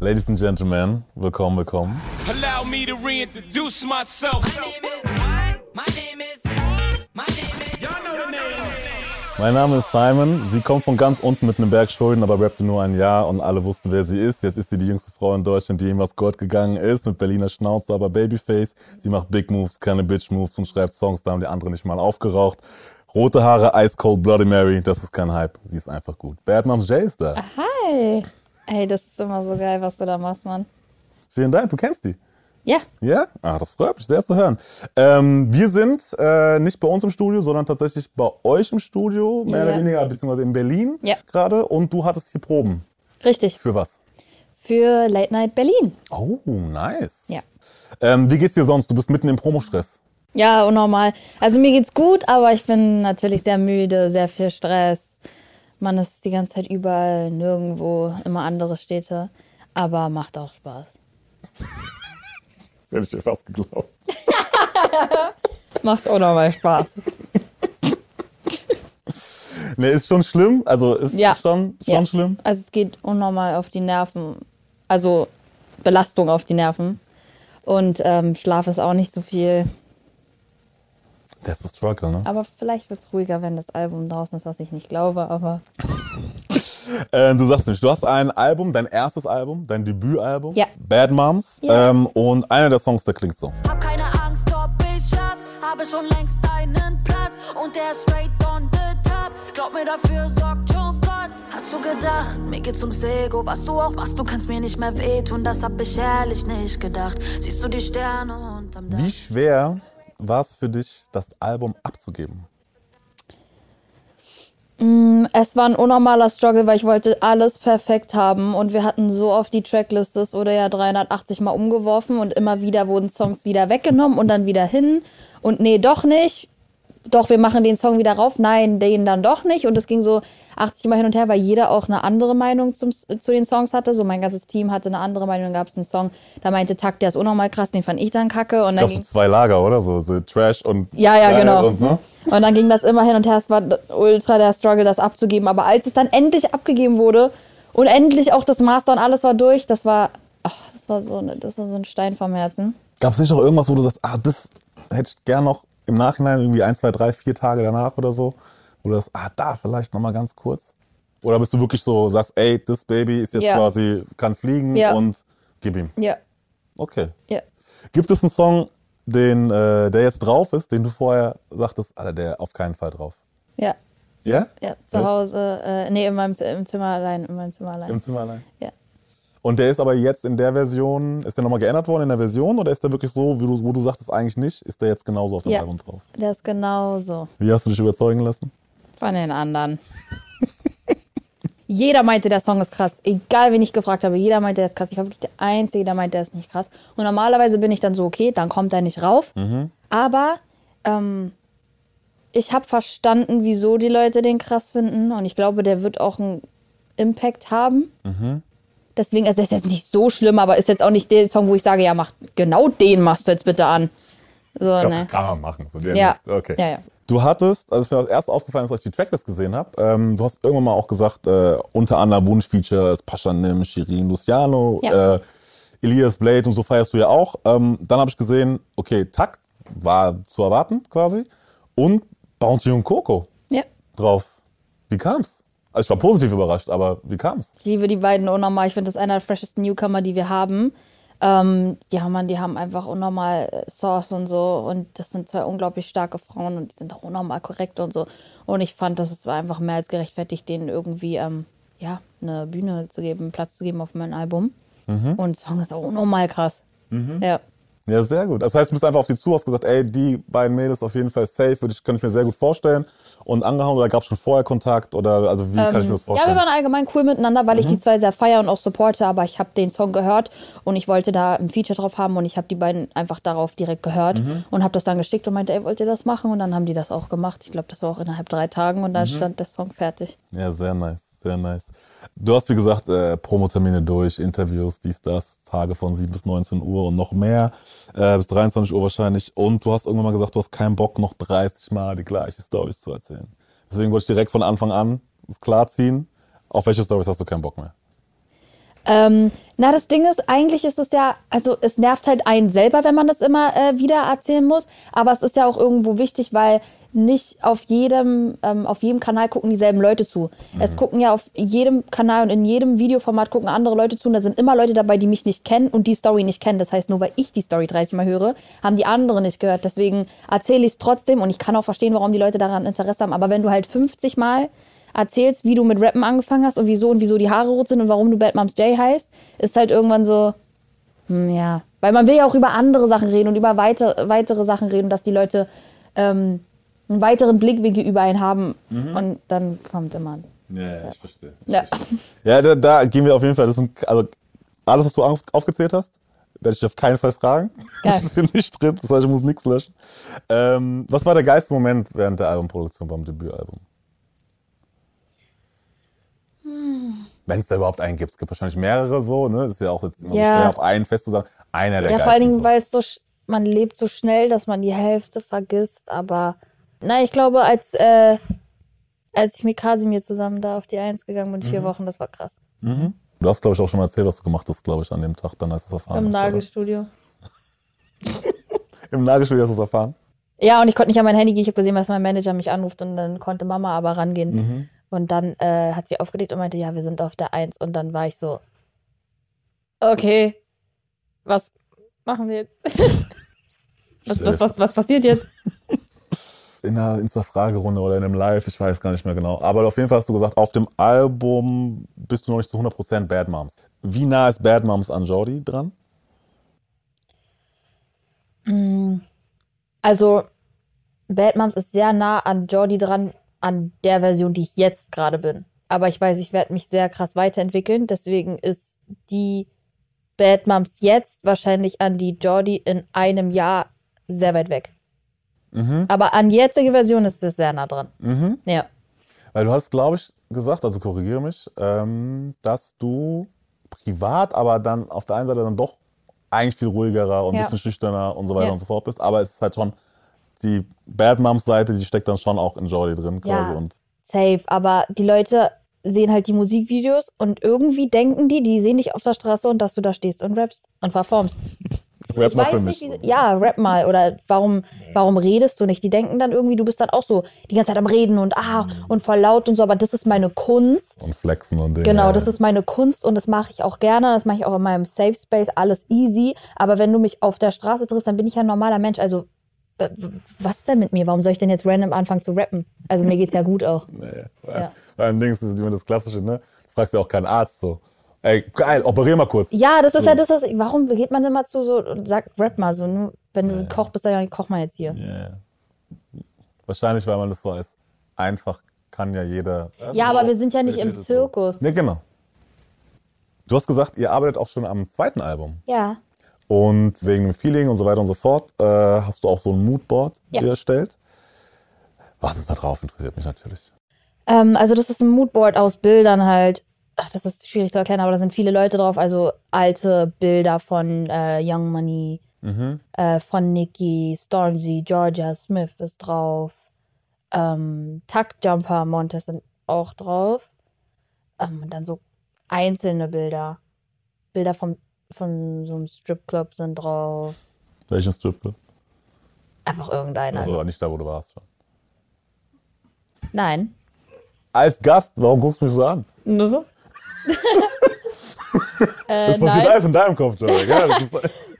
Ladies and Gentlemen, willkommen, willkommen. Allow me to reintroduce myself. Mein Name ist Simon. Sie kommt von ganz unten mit einem Berg Schulden, aber rappte nur ein Jahr und alle wussten, wer sie ist. Jetzt ist sie die jüngste Frau in Deutschland, die jemals Gold gegangen ist, mit Berliner Schnauze, aber Babyface. Sie macht Big Moves, keine Bitch Moves und schreibt Songs, da haben die anderen nicht mal aufgeraucht. Rote Haare, Ice Cold, Bloody Mary, das ist kein Hype. Sie ist einfach gut. Bad Moms Jay ist da. Hi. Ey, das ist immer so geil, was du da machst, Mann. Vielen Dank, du kennst die. Ja, Ja? Ah, das freut mich sehr zu hören. Ähm, wir sind äh, nicht bei uns im Studio, sondern tatsächlich bei euch im Studio, mehr oder Ja. weniger, beziehungsweise in Berlin Ja. gerade. Und du hattest hier Proben. richtig. Für was? Für Late Night Berlin. Oh, nice. Ja. Ähm, wie geht's dir sonst? Du bist mitten im Promostress. Ja, unnormal. Also mir geht's gut, aber ich bin natürlich sehr müde, sehr viel Stress. Man ist die ganze Zeit überall, nirgendwo, immer andere Städte. Aber macht auch Spaß. Das hätte ich dir fast geglaubt. Macht unnormal Spaß. Ne, ist schon schlimm. Also ist Ja. schon, schon ja. schlimm. Also es geht unnormal auf die Nerven. Also Belastung auf die Nerven. Und ähm, Schlaf ist auch nicht so viel. Das ist Struggle, ne? Aber vielleicht wird's ruhiger, wenn das Album draußen ist, was ich nicht glaube. Aber Ähm, du sagst nämlich, du hast ein Album, dein erstes Album, dein Debütalbum, Ja. Bad Moms. Ja. Ähm, und einer der Songs, der klingt so. Hab keine Angst, ob ich schaff. Habe schon längst einen Platz und der ist straight on the top. Glaub mir, dafür sorgt schon Gott. Hast du gedacht, mir geht's ums Ego. Was du auch machst, du kannst mir nicht mehr wehtun. Das hab ich ehrlich nicht gedacht. Siehst du die Sterne unterm Dach? Wie schwer war es für dich, das Album abzugeben? Es war ein unnormaler Struggle, weil ich wollte alles perfekt haben und wir hatten so oft die Trackliste, es wurde ja 380 Mal umgeworfen und immer wieder wurden Songs wieder weggenommen und dann wieder hin und nee, doch nicht. Doch, wir machen den Song wieder rauf. Nein, den dann doch nicht. Und es ging so 80 Mal hin und her, weil jeder auch eine andere Meinung zum, zu den Songs hatte. So mein ganzes Team hatte eine andere Meinung. Dann gab es einen Song, da meinte Takt, der ist unnormal krass, den fand ich dann kacke. Ich Und dann glaube, so ging zwei Lager, oder? So, so Trash und. ja, ja, Geil genau. Und, ne? Und dann ging das immer hin und her. Es war ultra der Struggle, das abzugeben. Aber als es dann endlich abgegeben wurde und endlich auch das Master und alles war durch, das war, ach, das war so, ne- das war so ein Stein vom Herzen. Gab es nicht noch irgendwas, wo du sagst, ah, das hätte ich gern noch im Nachhinein, irgendwie ein, zwei, drei, vier Tage danach oder so? Oder das, ah, da vielleicht nochmal ganz kurz? Oder bist du wirklich so, sagst, ey, das Baby ist jetzt Ja. quasi, kann fliegen Ja. und gib ihm. Ja, Okay. ja. Gibt es einen Song, den, äh, der jetzt drauf ist, den du vorher sagtest, Alter, der auf keinen Fall drauf? Ja, Ja? ja, zu Echt? Hause, äh, nee, in meinem Z- im Zimmer allein, in meinem Zimmer allein. Im Zimmer allein? Ja. Und der ist aber jetzt in der Version, ist der nochmal geändert worden in der Version oder ist der wirklich so, wie du, wo du sagtest eigentlich nicht, ist der jetzt genauso auf dem Ja. Album drauf? Der ist genau genauso Wie hast du dich überzeugen lassen? von den anderen. jeder meinte, der Song ist krass. Egal, wen ich gefragt habe, jeder meinte, der ist krass. Ich war wirklich der Einzige, der meinte, der ist nicht krass. Und normalerweise bin ich dann so, okay, dann kommt er nicht rauf. Aber ähm, ich habe verstanden, wieso die Leute den krass finden. Und ich glaube, der wird auch einen Impact haben. Deswegen also, das ist jetzt nicht so schlimm, aber ist jetzt auch nicht der Song, wo ich sage, ja, mach genau den machst du jetzt bitte an. So, ne? Kann man machen. So der Ja. Okay. Ja, ja. Du hattest, also ich mir das erste aufgefallen ist, als ich die Tracklist gesehen habe, ähm, du hast irgendwann mal auch gesagt, äh, unter anderem Wunschfeatures, Pascha Nim, Shirin Luciano, Ja. äh, Elias Blade und so feierst du ja auch. Ähm, dann habe ich gesehen, okay, Takt war zu erwarten quasi und Bounty und Coco ja. drauf. Wie kam's? Also ich war positiv überrascht, aber wie kam's? Ich liebe die beiden unnormal. Ich finde, das ist einer der freshesten Newcomer, die wir haben. Ähm, die, haben man, die haben einfach unnormal äh, Sauce und so. Und das sind zwei unglaublich starke Frauen und die sind auch unnormal korrekt und so. Und ich fand, das es war einfach mehr als gerechtfertigt, denen irgendwie ähm, ja, eine Bühne zu geben, Platz zu geben auf meinem Album. Und der Song ist auch unnormal krass. Ja. Ja, sehr gut. Das heißt, du bist einfach auf die zu, hast gesagt, ey, die beiden Mädels auf jeden Fall safe, würde ich, könnte ich mir sehr gut vorstellen. Und angehauen oder gab es schon vorher Kontakt oder also wie kann ich mir das Ähm, Ja, wir vorstellen? Mhm. waren allgemein cool miteinander, weil ich die zwei sehr feier und auch supporte, aber ich habe den Song gehört und ich wollte da ein Feature drauf haben und ich habe die beiden einfach darauf direkt gehört Mhm. und habe das dann geschickt und meinte, ey, wollt ihr das machen? Und dann haben die das auch gemacht. Ich glaube, das war auch innerhalb drei Tagen und Mhm. dann stand der Song fertig. ja, sehr nice, sehr nice. Du hast, wie gesagt, äh, Promotermine durch, Interviews, dies, das, Tage von 7 bis 19 Uhr und noch mehr, äh, bis 23 Uhr wahrscheinlich. Und du hast irgendwann mal gesagt, du hast keinen Bock, noch 30 Mal die gleiche Stories zu erzählen. Deswegen wollte ich direkt von Anfang an es klarziehen, auf welche Stories hast du keinen Bock mehr? Ähm, na, das Ding ist, eigentlich ist es ja, also es nervt halt einen selber, wenn man das immer äh, wieder erzählen muss. Aber es ist ja auch irgendwo wichtig, weil nicht auf jedem, ähm, auf jedem Kanal gucken dieselben Leute zu. Es gucken ja auf jedem Kanal und in jedem Videoformat gucken andere Leute zu und da sind immer Leute dabei, die mich nicht kennen und die Story nicht kennen. Das heißt, nur weil ich die Story 30 Mal höre, haben die anderen nicht gehört. Deswegen erzähle ich es trotzdem und ich kann auch verstehen, warum die Leute daran Interesse haben. Aber wenn du halt 50 Mal erzählst, wie du mit Rappen angefangen hast und wieso und wieso die Haare rot sind und warum du Bad Moms J heißt, ist halt irgendwann so, hm, ja. Weil man will ja auch über andere Sachen reden und über weite, weitere Sachen reden, dass die Leute ähm, einen weiteren Blickwinkel über einen haben und dann kommt immer. ein- Ja, ja, ich verstehe. Ja. Ja, da, da gehen wir auf jeden Fall. Das sind, also, alles, was du auf, aufgezählt hast, werde ich auf keinen Fall fragen. Geil. Das steht nicht drin, das heißt, ich muss nichts löschen. Ähm, was war der geilste Moment während der Albumproduktion beim Debütalbum? Hm. Wenn es da überhaupt einen gibt. Es gibt wahrscheinlich mehrere so, ne? Das ist ja auch jetzt immer Ja. schwer, auf einen festzusagen. Einer der Ja, geilsten. vor allen Dingen, so. weil es so, sch- man lebt so schnell, dass man die Hälfte vergisst, aber na, ich glaube, als, äh, als ich mit Kasimir zusammen da auf die Eins gegangen bin, vier Wochen, das war krass. Du hast, glaube ich, auch schon mal erzählt, was du gemacht hast, glaube ich, an dem Tag. Dann hast du es erfahren. Im hast, oder? Nagelstudio. Im Nagelstudio hast du es erfahren. Ja, und ich konnte nicht an mein Handy gehen. Ich habe gesehen, dass mein Manager mich anruft und dann konnte Mama aber rangehen. Und dann äh, hat sie aufgelegt und meinte, ja, wir sind auf der Eins. Und dann war ich so, okay, was machen wir jetzt? was, was, was, was passiert jetzt? in einer Insta-Fragerunde oder in einem Live, ich weiß gar nicht mehr genau. Aber auf jeden Fall hast du gesagt, auf dem Album bist du noch nicht zu 100% Bad Moms. Wie nah ist Bad Moms an Jordi dran? Also, Bad Moms ist sehr nah an Jordi dran, an der Version, die ich jetzt gerade bin. Aber ich weiß, ich werde mich sehr krass weiterentwickeln. Deswegen ist die Bad Moms jetzt wahrscheinlich an die Jordi in einem Jahr sehr weit weg. Aber an jetzige Version ist es sehr nah dran. Ja. Weil du hast, glaube ich, gesagt, also korrigiere mich, ähm, dass du privat, aber dann auf der einen Seite dann doch eigentlich viel ruhigerer und ein Ja. bisschen schüchterner und so weiter Ja. und so fort bist. Aber es ist halt schon die Bad Moms-Seite, die steckt dann schon auch in Jordi drin quasi. Ja. Und Safe, aber die Leute sehen halt die Musikvideos und irgendwie denken die, die sehen dich auf der Straße und dass du da stehst und rappst und performst. Rap Ich weiß nicht, wie, ja, rap mal oder warum, warum redest du nicht? Die denken dann irgendwie, du bist dann auch so die ganze Zeit am Reden und ah und voll laut und so, aber das ist meine Kunst. und flexen und Dinge. Genau, das ist meine Kunst und das mache ich auch gerne, das mache ich auch in meinem Safe Space, alles easy, aber wenn du mich auf der Straße triffst, dann bin ich ja ein normaler Mensch, also w- w- was ist denn mit mir? Warum soll ich denn jetzt random anfangen zu rappen? Also mir geht's ja gut auch. Nee. Ja. Vor allem Dings ist immer das Klassische, ne? Du fragst ja auch keinen Arzt so. Ey, geil, operier mal kurz. Ja, das ist ja das, was, warum geht man immer zu so und sagt rap mal so, nur wenn du Koch bist, dann ja, koch mal jetzt hier. Ja. Wahrscheinlich, weil man das so als einfach kann ja jeder. Ja, aber wir sind ja nicht im das so. Zirkus. Ne, genau. Du hast gesagt, ihr arbeitet auch schon am zweiten Album. Ja. Und wegen dem Feeling und so weiter und so fort äh, hast du auch so ein Moodboard Ja. dir erstellt. Was ist da drauf? Interessiert mich natürlich. Ähm, also das ist ein Moodboard aus Bildern halt. Ach, das ist schwierig zu erklären, aber da sind viele Leute drauf. Also alte Bilder von äh, Young Money, äh, von Nicki, Stormzy, Georgia Smith ist drauf. Ähm, Taktjumper, Montes sind auch drauf. Ähm, und dann so einzelne Bilder. Bilder vom, von so einem Stripclub sind drauf. Welchen Stripclub? Einfach irgendeiner. Also nicht da, wo du warst schon. Nein. Als Gast, warum guckst du mich so an? Nur so? äh, Das passiert nein. alles in deinem Kopf, Joey. gell? Das ist,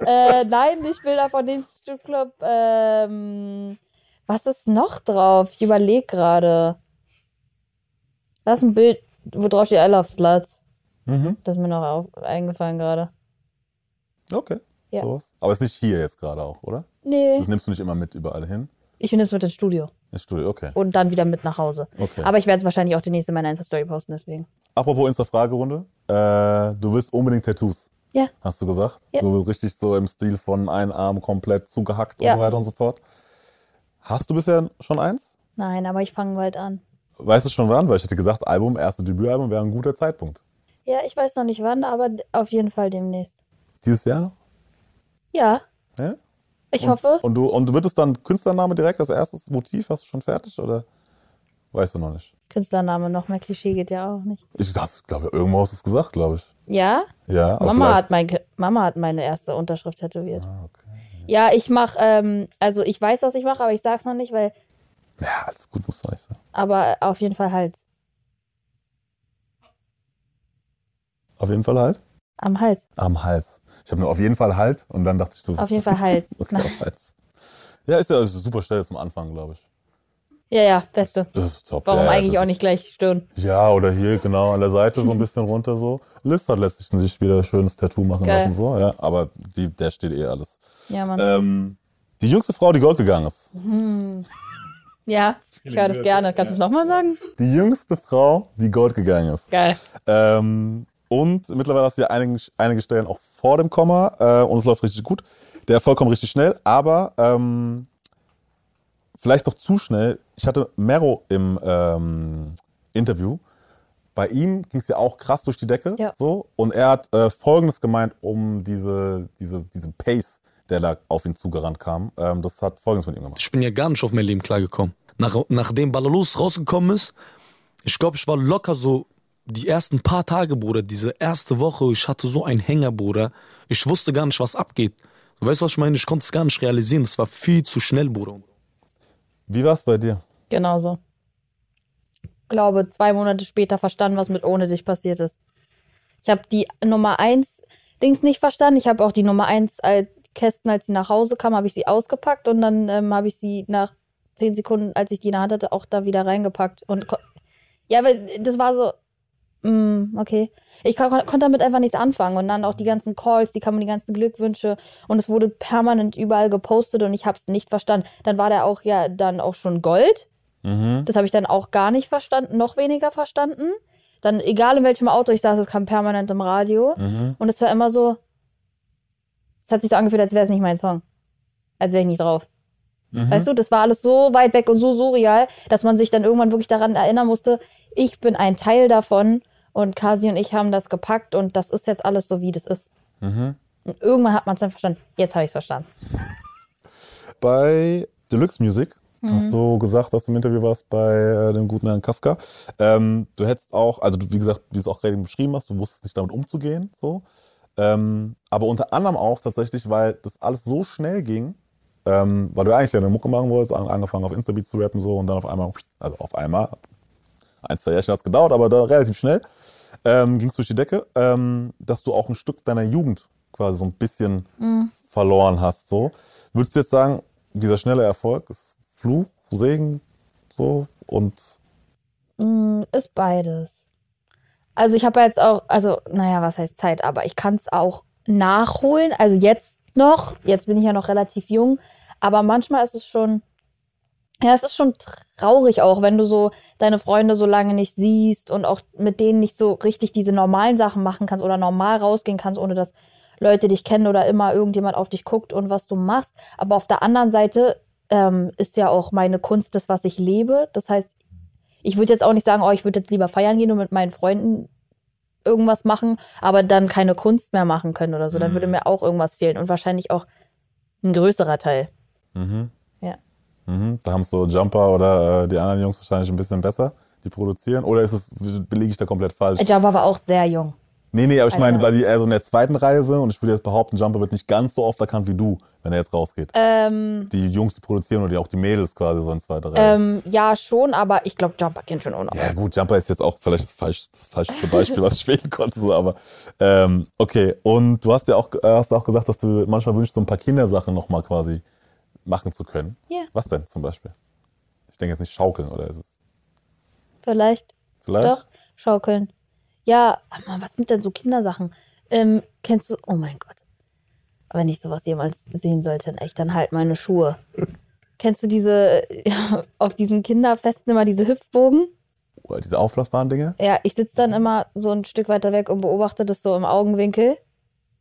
äh, nein, nicht Bilder von dem Stripclub. Ähm, was ist noch drauf? Ich überlege gerade. Da ist ein Bild, wo drauf steht I love Sluts. Mhm. Das ist mir noch auf, eingefallen gerade. Okay. Ja. Sowas. Aber ist nicht hier jetzt gerade auch, oder? Nee, Das nimmst du nicht immer mit überall hin. ich nehme es mit ins Studio Ins Studio, okay. und dann wieder mit nach Hause. Okay. Aber ich werde es wahrscheinlich auch die nächste in meiner Insta-Story posten, deswegen. Apropos Insta-Fragerunde. Äh, du willst unbedingt Tattoos, Ja, hast du gesagt. Ja. So richtig so im Stil von ein Arm komplett zugehackt Ja. und so weiter und so fort. Hast du bisher schon eins? nein, aber ich fange bald an. Weißt du schon wann? Weil ich hätte gesagt, Album, erste Debütalbum wäre ein guter Zeitpunkt. Ja, ich weiß noch nicht wann, aber d- auf jeden Fall demnächst. Dieses Jahr noch? Ja, Ja? ich hoffe. Und du, und wird es dann Künstlername direkt als erstes Motiv? Hast du schon fertig oder weißt du noch nicht? Künstlername noch mehr Klischee geht ja auch nicht. Ich das- glaube, irgendwo hast du es gesagt, glaube ich. Ja? Ja, aber Mama vielleicht- hat, mein, Ge- Mama hat meine erste Unterschrift tätowiert. Ah, okay. Ja, ich mache, ähm, also ich weiß, was ich mache, aber ich sag's noch nicht, weil, Ja, alles gut, muss doch nicht sein. aber auf jeden Fall Hals. Auf jeden Fall halt. Am Hals. Am Hals. Ich habe nur auf jeden Fall halt und dann dachte ich, du. Auf jeden Fall Hals. Okay, auf Hals. Ja, ist ja also super Stelle zum Anfang, glaube ich. Ja, ja, beste. Das ist top. Warum ja, ja, eigentlich das auch nicht gleich Stirn? Ist, ja, oder hier, genau, an der Seite so ein bisschen runter so. Liz hat lässt sich sich wieder ein schönes Tattoo machen Geil. lassen, so, ja. Aber die, der steht eh alles. Ja, Mann. Ähm, die jüngste Frau, die Gold gegangen ist. ja, ich höre das gerne. Kannst du es nochmal sagen? Die jüngste Frau, die Gold gegangen ist. Geil. Ähm, und mittlerweile hast du ja einige, einige Stellen auch vor dem Komma äh, und es läuft richtig gut. Der Erfolg kommt richtig schnell, aber ähm, vielleicht doch zu schnell. Ich hatte Mero im ähm, Interview. Bei ihm ging es ja auch krass durch die Decke. Ja. So, und er hat äh, Folgendes gemeint, um diese, diese, diese Pace, der da auf ihn zugerannt kam. Ähm, das hat Folgendes mit ihm gemacht. Ich bin ja gar nicht auf mein Leben klargekommen. Nach, nachdem Ballerlos rausgekommen ist, ich glaube, ich war locker so die ersten paar Tage, Bruder, diese erste Woche, ich hatte so einen Hänger, Bruder. Ich wusste gar nicht, was abgeht. Du weißt, was ich meine? Ich konnte es gar nicht realisieren. Es war viel zu schnell, Bruder. Wie war es bei dir? Genau so. Glaube, zwei Monate später verstanden, was mit ohne dich passiert ist. Ich habe die Nummer eins Dings nicht verstanden. Ich habe auch die Nummer eins als Kästen, als sie nach Hause kam, habe ich sie ausgepackt und dann ähm, habe ich sie nach zehn Sekunden, als ich die in der Hand hatte, auch da wieder reingepackt. Und ko- ja, aber das war so, mm, okay. Ich kon kon- konnte damit einfach nichts anfangen. Und dann auch die ganzen Calls, die kamen die ganzen Glückwünsche und es wurde permanent überall gepostet und ich habe es nicht verstanden. Dann war der auch ja dann auch schon Gold. Das habe ich dann auch gar nicht verstanden, noch weniger verstanden. Dann, egal in welchem Auto ich saß, es kam permanent im Radio. Und es war immer so, es hat sich so angefühlt, als wäre es nicht mein Song. Als wäre ich nicht drauf. Weißt du, das war alles so weit weg und so surreal, dass man sich dann irgendwann wirklich daran erinnern musste, ich bin ein Teil davon und Kasi und ich haben das gepackt und das ist jetzt alles so, wie das ist. Und irgendwann hat man es dann verstanden. Jetzt habe ich es verstanden. bei Deluxe Music. Hast du gesagt, dass du im Interview warst bei äh, dem guten Herrn Kafka. Ähm, du hättest auch, also du, wie gesagt, wie du es auch gerade eben beschrieben hast, du wusstest nicht damit umzugehen. So. Ähm, aber unter anderem auch tatsächlich, weil das alles so schnell ging, ähm, weil du eigentlich ja eine Mucke machen wolltest, an- angefangen auf Instabeat zu rappen so und dann auf einmal, also auf einmal, ein, zwei Jährchen hat es gedauert, aber dann relativ schnell ähm, ging es durch die Decke, ähm, dass du auch ein Stück deiner Jugend quasi so ein bisschen Mhm. verloren hast. So. Würdest du jetzt sagen, dieser schnelle Erfolg ist Fluch, Segen, so und Ist beides. Also ich habe jetzt auch, also naja, was heißt Zeit, aber ich kann es auch nachholen. Also jetzt noch, jetzt bin ich ja noch relativ jung, aber manchmal ist es schon, ja, es ist schon traurig auch, wenn du so deine Freunde so lange nicht siehst und auch mit denen nicht so richtig diese normalen Sachen machen kannst oder normal rausgehen kannst, ohne dass Leute dich kennen oder immer irgendjemand auf dich guckt und was du machst. Aber auf der anderen Seite ähm, ist ja auch meine Kunst das, was ich lebe. Das heißt, ich würde jetzt auch nicht sagen, oh, ich würde jetzt lieber feiern gehen und mit meinen Freunden irgendwas machen, aber dann keine Kunst mehr machen können oder so. Dann würde mir auch irgendwas fehlen und wahrscheinlich auch ein größerer Teil. Ja. mhm, da haben es so Jumper oder äh, die anderen Jungs wahrscheinlich ein bisschen besser, die produzieren. Oder ist es, belege ich da komplett falsch? Jabba war auch sehr jung. Nee, nee, aber ich meine, Also- weil die eher so in der zweiten Reihe sind und ich würde jetzt behaupten, Jumper wird nicht ganz so oft erkannt wie du, wenn er jetzt rausgeht. Ähm, Die Jungs, die produzieren oder die, auch die Mädels quasi so in zweiter Reihe. ähm, ja, schon, aber ich glaube, Jumper kennt schon auch noch. Ja gut, Jumper ist jetzt auch vielleicht das, falsch, das falscheste Beispiel, was ich wählen konnte, so, aber ähm, okay. Und du hast ja auch, äh, hast auch gesagt, dass du manchmal wünschst, so ein paar Kindersachen nochmal quasi machen zu können. Ja. Was denn zum Beispiel? Ich denke jetzt nicht schaukeln, oder ist es Vielleicht. vielleicht? Doch, schaukeln. Ja, ach man, was sind denn so Kindersachen? Ähm, kennst du, oh mein Gott. Wenn ich sowas jemals sehen sollte in echt, dann halt meine Schuhe. Kennst du diese, auf diesen Kinderfesten immer diese Hüpfbogen? Oder diese aufblasbaren Dinge? Ja, ich sitze dann immer so ein Stück weiter weg und beobachte das so im Augenwinkel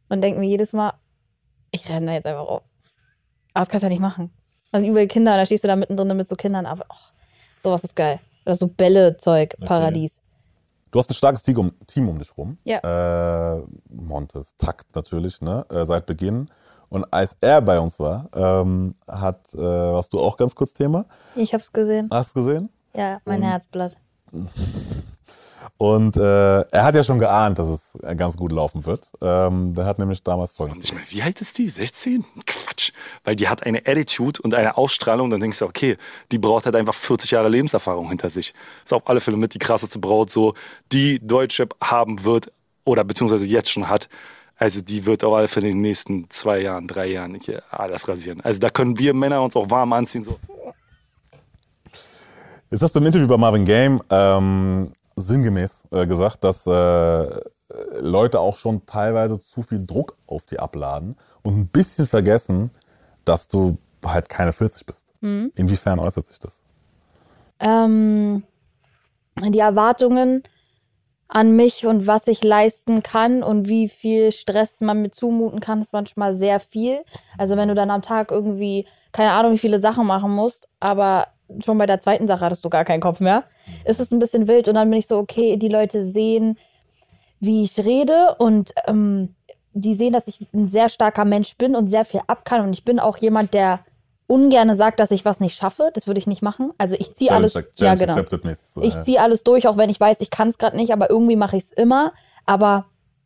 und denke mir jedes Mal, ich renne da jetzt einfach rum. Aber das kannst du ja nicht machen. Also über Kinder und da stehst du da mittendrin mit so Kindern, aber och, sowas ist geil. Oder so Bälle-Zeug, Paradies. Du hast ein starkes Team um, Team um dich rum. Ja. Äh, Montes, Takt natürlich, ne? Äh, seit Beginn. Und als er bei uns war, ähm, hat, äh, warst du auch ganz kurz Thema. Ich hab's gesehen. Hast du gesehen? Ja, mein Herzblatt. Und äh, er hat ja schon geahnt, dass es ganz gut laufen wird. Ähm, der hat nämlich damals folgendes. Ich meine, wie alt ist die? 16? Quatsch. Weil die hat eine Attitude und eine Ausstrahlung. Dann denkst du, okay, die Braut hat einfach 40 Jahre Lebenserfahrung hinter sich. Ist auf alle Fälle mit die krasseste Braut, so die Deutschrap haben wird oder beziehungsweise jetzt schon hat. Also die wird auf alle Fälle in den nächsten zwei Jahren, drei Jahren hier alles rasieren. Also da können wir Männer uns auch warm anziehen. So. Jetzt hast du im Interview bei Marvin Game ähm, sinngemäß äh, gesagt, dass äh, Leute auch schon teilweise zu viel Druck auf die abladen und ein bisschen vergessen, dass du halt keine 40 bist. Mhm. Inwiefern äußert sich das? ähm, die Erwartungen an mich und was ich leisten kann und wie viel Stress man mir zumuten kann, ist manchmal sehr viel. Also wenn du dann am Tag irgendwie, keine Ahnung, wie viele Sachen machen musst, aber schon bei der zweiten Sache hattest du gar keinen Kopf mehr, ist es ein bisschen wild und dann bin ich so, okay, die Leute sehen, wie ich rede und ähm, die sehen, dass ich ein sehr starker Mensch bin und sehr viel ab kann und ich bin auch jemand, der ungerne sagt, dass ich was nicht schaffe. Das würde ich nicht machen. Also ich ziehe alles, Challenge ja genau. accepted mäßig. So, Ich ja. ziehe alles durch, auch wenn ich weiß, ich kann es gerade nicht, aber irgendwie mache ich es immer. Aber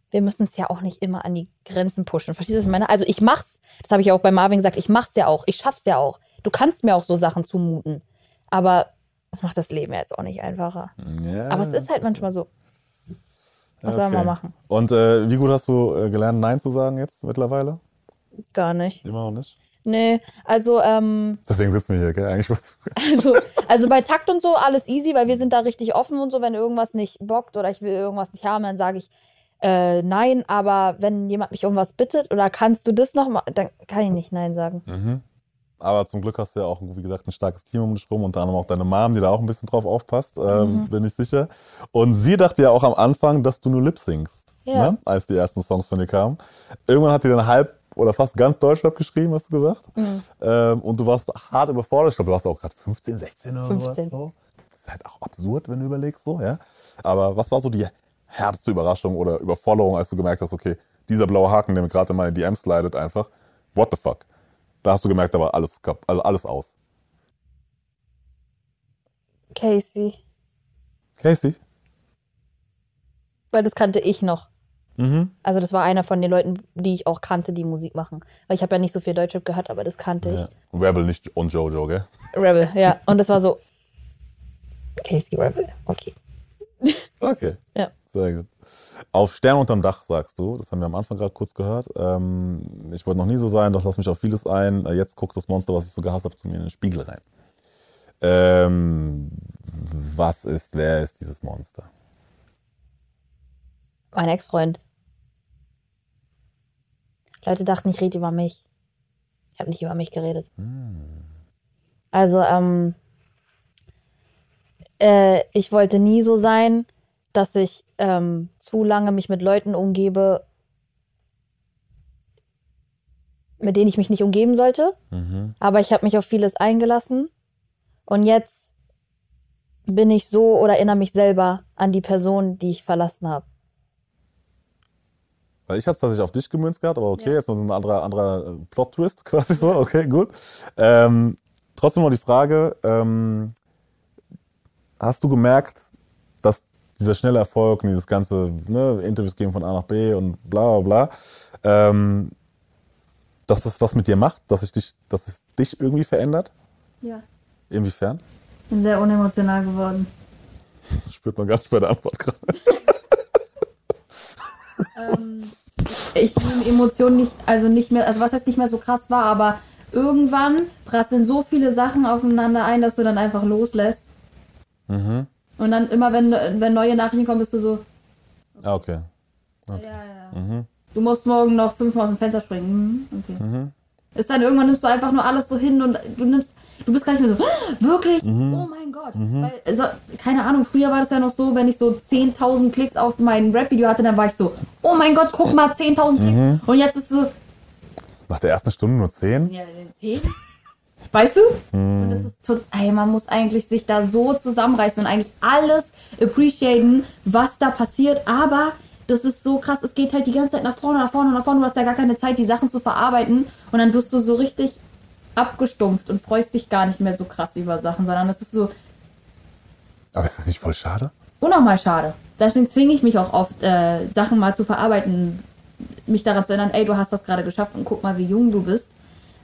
wir müssen es ja auch nicht immer an die Grenzen pushen. Verstehst du, was ich meine? Also ich mach's, das habe ich ja auch bei Marvin gesagt, ich mach's ja auch, ich schaff's ja auch. Du kannst mir auch so Sachen zumuten. Aber das macht das Leben ja jetzt auch nicht einfacher. Ja. Aber es ist halt manchmal so. Was soll man machen? Und äh, wie gut hast du äh, gelernt, Nein zu sagen jetzt mittlerweile? Gar nicht. Immer noch nicht. Nee, also, ähm, Deswegen sitzen wir hier, gell? Eigentlich wolltest du- also, also bei Takt und so alles easy, weil wir sind da richtig offen und so. Wenn irgendwas nicht bockt oder ich will irgendwas nicht haben, dann sage ich äh, nein. Aber wenn jemand mich um was bittet oder kannst du das nochmal, dann kann ich nicht nein sagen. Aber zum Glück hast du ja auch, wie gesagt, ein starkes Team um dich rum, unter anderem auch deine Mom, die da auch ein bisschen drauf aufpasst, ähm, bin ich sicher. Und sie dachte ja auch am Anfang, dass du nur Lip singst, Ja. ne? als die ersten Songs von dir kamen. Irgendwann hat die dann halb oder fast ganz Deutschrap geschrieben, hast du gesagt. Ähm, und du warst hart überfordert. Ich glaube, du warst auch gerade 15, 16 oder 15. sowas. So. Das ist halt auch absurd, wenn du überlegst so, ja. Aber was war so die härteste Überraschung oder Überforderung, als du gemerkt hast, okay, dieser blaue Haken, der mir gerade in meine DMs leidet, einfach, what the fuck? Da hast du gemerkt, da war alles, kap- also alles aus. Casey, Casey? weil das kannte ich noch. Also das war einer von den Leuten, die ich auch kannte, die Musik machen. Weil ich habe ja nicht so viel Deutschrap gehört, aber das Ja. kannte Rebel nicht und Jojo, gell? ich. Rebel, ja. Und das war so Casey Rebel, okay. Okay. Ja. Sehr gut. Auf Stern unterm Dach sagst du, das haben wir am Anfang gerade kurz gehört. Ähm, ich wollte noch nie so sein, doch lass mich auf vieles ein. Äh, Jetzt guckt das Monster, was ich so gehasst habe, zu mir in den Spiegel rein. Ähm, was ist, wer ist dieses Monster? Mein Ex-Freund. Leute dachten, ich rede über mich. Ich habe nicht über mich geredet. Also, ähm, äh, ich wollte nie so sein, dass ich ähm, zu lange mich mit Leuten umgebe, mit denen ich mich nicht umgeben sollte. Aber ich habe mich auf vieles eingelassen. Und jetzt bin ich so oder erinnere mich selber an die Person, die ich verlassen habe. Weil ich hatte es tatsächlich auf dich gemünzt gehabt, aber okay, jetzt noch ein anderer, anderer äh, Plot-Twist quasi so, okay, gut. Ähm, trotzdem noch die Frage, ähm, hast du gemerkt, dass dieser schnelle Erfolg und dieses ganze ne, Interviews geben von A nach B und bla bla bla, ähm, dass das was mit dir macht, dass, ich dich, dass es dich irgendwie verändert? Ja. Inwiefern? bin sehr unemotional geworden. Das spürt man gar nicht bei der Antwort gerade. Ich nehme Emotionen nicht, also nicht mehr, also was heißt nicht mehr so krass war, aber irgendwann prasseln so viele Sachen aufeinander ein, dass du dann einfach loslässt. Und dann immer, wenn, wenn neue Nachrichten kommen, bist du so, Ah, okay. ja, ja. Du musst morgen noch fünfmal aus dem Fenster springen. Hm, okay. Ist dann irgendwann nimmst du einfach nur alles so hin und du nimmst, du bist gar nicht mehr so, "Ah, wirklich? Oh mein Gott. Weil, also, keine Ahnung, früher war das ja noch so, wenn ich so 10.000 Klicks auf mein Rap-Video hatte, dann war ich so, oh mein Gott, guck mal, 10.000 Klicks. Und jetzt ist es so, Nach der ersten Stunde nur 10? ja, den 10? Weißt du? Und das ist tot, ey, man muss eigentlich sich da so zusammenreißen und eigentlich alles appreciaten, was da passiert, aber das ist so krass, es geht halt die ganze Zeit nach vorne, nach vorne, nach vorne, du hast ja gar keine Zeit, die Sachen zu verarbeiten und dann wirst du so richtig abgestumpft und freust dich gar nicht mehr so krass über Sachen, sondern es ist so, Aber ist das nicht voll schade? unnormal schade. Deswegen zwinge ich mich auch oft, äh, Sachen mal zu verarbeiten, mich daran zu erinnern, ey, du hast das gerade geschafft und guck mal, wie jung du bist.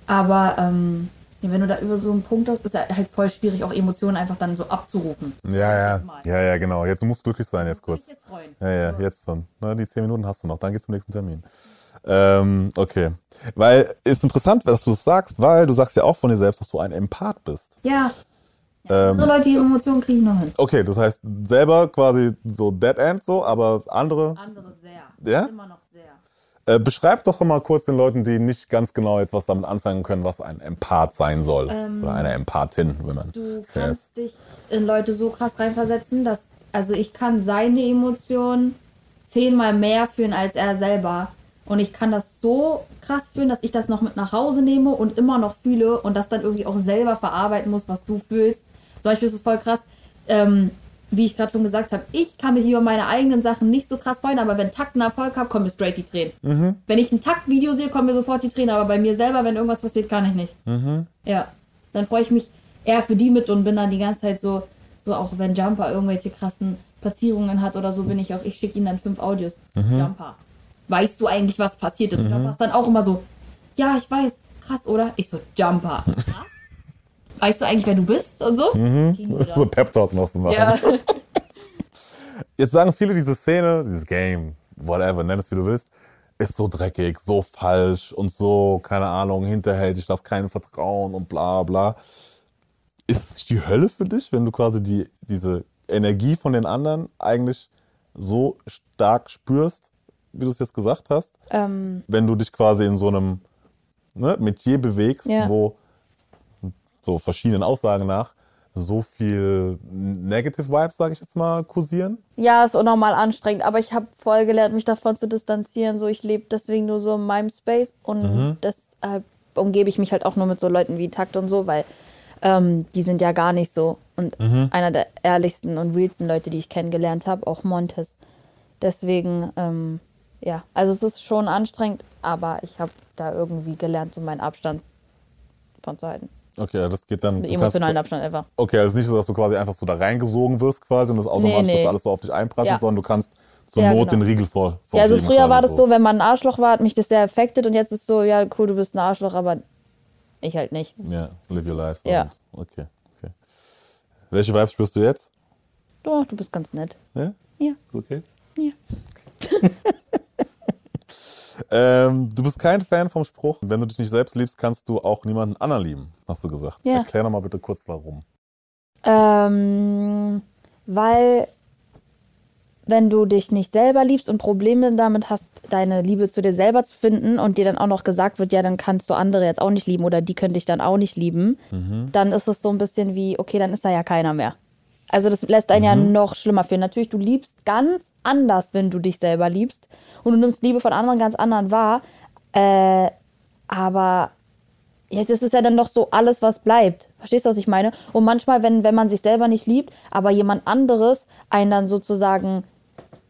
Aber ähm, ja, wenn du da über so einen Punkt hast, ist halt voll schwierig, auch Emotionen einfach dann so abzurufen. Ja, Jetzt ja. mal. Ja, ja, genau. Jetzt musst du glücklich sein, jetzt Muss ich kurz. jetzt freuen. Ja, ja, jetzt schon. Na, die zehn Minuten hast du noch, dann geht's zum nächsten Termin. Ähm, okay. Weil ist interessant, dass du es sagst, weil du sagst ja auch von dir selbst, dass du ein Empath bist. Ja. Ähm, Andere Leute, ihre Emotionen kriegen noch hin. Okay, das heißt selber quasi so Dead End so, aber andere. Andere sehr. Ja? Immer noch sehr. Äh, beschreib doch mal kurz den Leuten, die nicht ganz genau jetzt was damit anfangen können, was ein Empath sein soll. Oder eine Empathin, wenn man. Ähm, Du fair ist. kannst dich in Leute so krass reinversetzen, dass, also ich kann seine Emotionen zehnmal mehr fühlen als er selber. Und ich kann das so krass fühlen, dass ich das noch mit nach Hause nehme und immer noch fühle und das dann irgendwie auch selber verarbeiten muss, was du fühlst. Zum Beispiel ist es voll krass, ähm, wie ich gerade schon gesagt habe, ich kann mich über meine eigenen Sachen nicht so krass freuen, aber wenn Takt einen Erfolg habe, kommen mir straight die Tränen. Wenn ich ein Takt-Video sehe, kommen mir sofort die Tränen, aber bei mir selber, wenn irgendwas passiert, kann ich nicht. Ja, dann freue ich mich eher für die mit und bin dann die ganze Zeit so, so auch wenn Jumper irgendwelche krassen Platzierungen hat oder so, bin ich auch, ich schicke ihnen dann fünf Audios. Jumper, weißt du eigentlich, was passiert ist? Und Jumper ist dann auch immer so, ja, ich weiß, krass, oder? Ich so, Jumper, krass? weißt du eigentlich, wer du bist und so? Kriegen wir das. so Pep-Talk noch zu machen. Ja, Jetzt sagen viele, diese Szene, dieses Game, whatever, nenn es wie du willst, ist so dreckig, so falsch und so, keine Ahnung, hinterhältig, darfst keinem vertrauen und bla bla. Ist es nicht die Hölle für dich, wenn du quasi die, diese Energie von den anderen eigentlich so stark spürst, wie du es jetzt gesagt hast, ähm, wenn du dich quasi in so einem ne, Metier bewegst, Ja. wo so verschiedenen Aussagen nach so viel Negative Vibes, sage ich jetzt mal, kursieren? ja, ist unnormal anstrengend, aber ich habe voll gelernt, mich davon zu distanzieren. So, ich lebe deswegen nur so in meinem Space und Mhm. deshalb umgebe ich mich halt auch nur mit so Leuten wie Takt und so, weil ähm, die sind ja gar nicht so. Und Mhm. einer der ehrlichsten und realsten Leute, die ich kennengelernt habe, auch Montes. Deswegen, ähm, ja, also es ist schon anstrengend, aber ich habe da irgendwie gelernt, so meinen Abstand von zu halten. Okay, ja, das geht dann. Den du kannst- emotionalen Abstand einfach. Okay, also nicht so, dass du quasi einfach so da reingesogen wirst quasi und das automatisch nee. das alles so auf dich einprasselt, Ja. sondern du kannst zur Ja, Not genau. den Riegel vor. Ja, also vorschieben früher quasi war das so, wenn man ein Arschloch war, hat mich das sehr affektet und jetzt ist so, ja, cool, du bist ein Arschloch, aber ich halt nicht. Ja, live your life. so. Ja. Okay, okay. Welche Vibes spürst du jetzt? Doch, du bist ganz nett. Ne? Ja. Ist okay? Ja. Ähm, du bist kein Fan vom Spruch, wenn du dich nicht selbst liebst, kannst du auch niemanden anderen lieben, hast du gesagt. Ja. Erklär doch mal bitte kurz warum. Ähm, weil wenn du dich nicht selber liebst und Probleme damit hast, deine Liebe zu dir selber zu finden und dir dann auch noch gesagt wird, ja, dann kannst du andere jetzt auch nicht lieben oder die können dich dann auch nicht lieben, dann ist es so ein bisschen wie, okay, dann ist da ja keiner mehr. Also das lässt einen ja noch schlimmer fühlen. Natürlich, du liebst ganz anders, wenn du dich selber liebst und du nimmst Liebe von anderen ganz anderen wahr. Äh, aber ja, das ist ja dann doch so alles, was bleibt. Verstehst du, was ich meine? Und manchmal, wenn, wenn man sich selber nicht liebt, aber jemand anderes einen dann sozusagen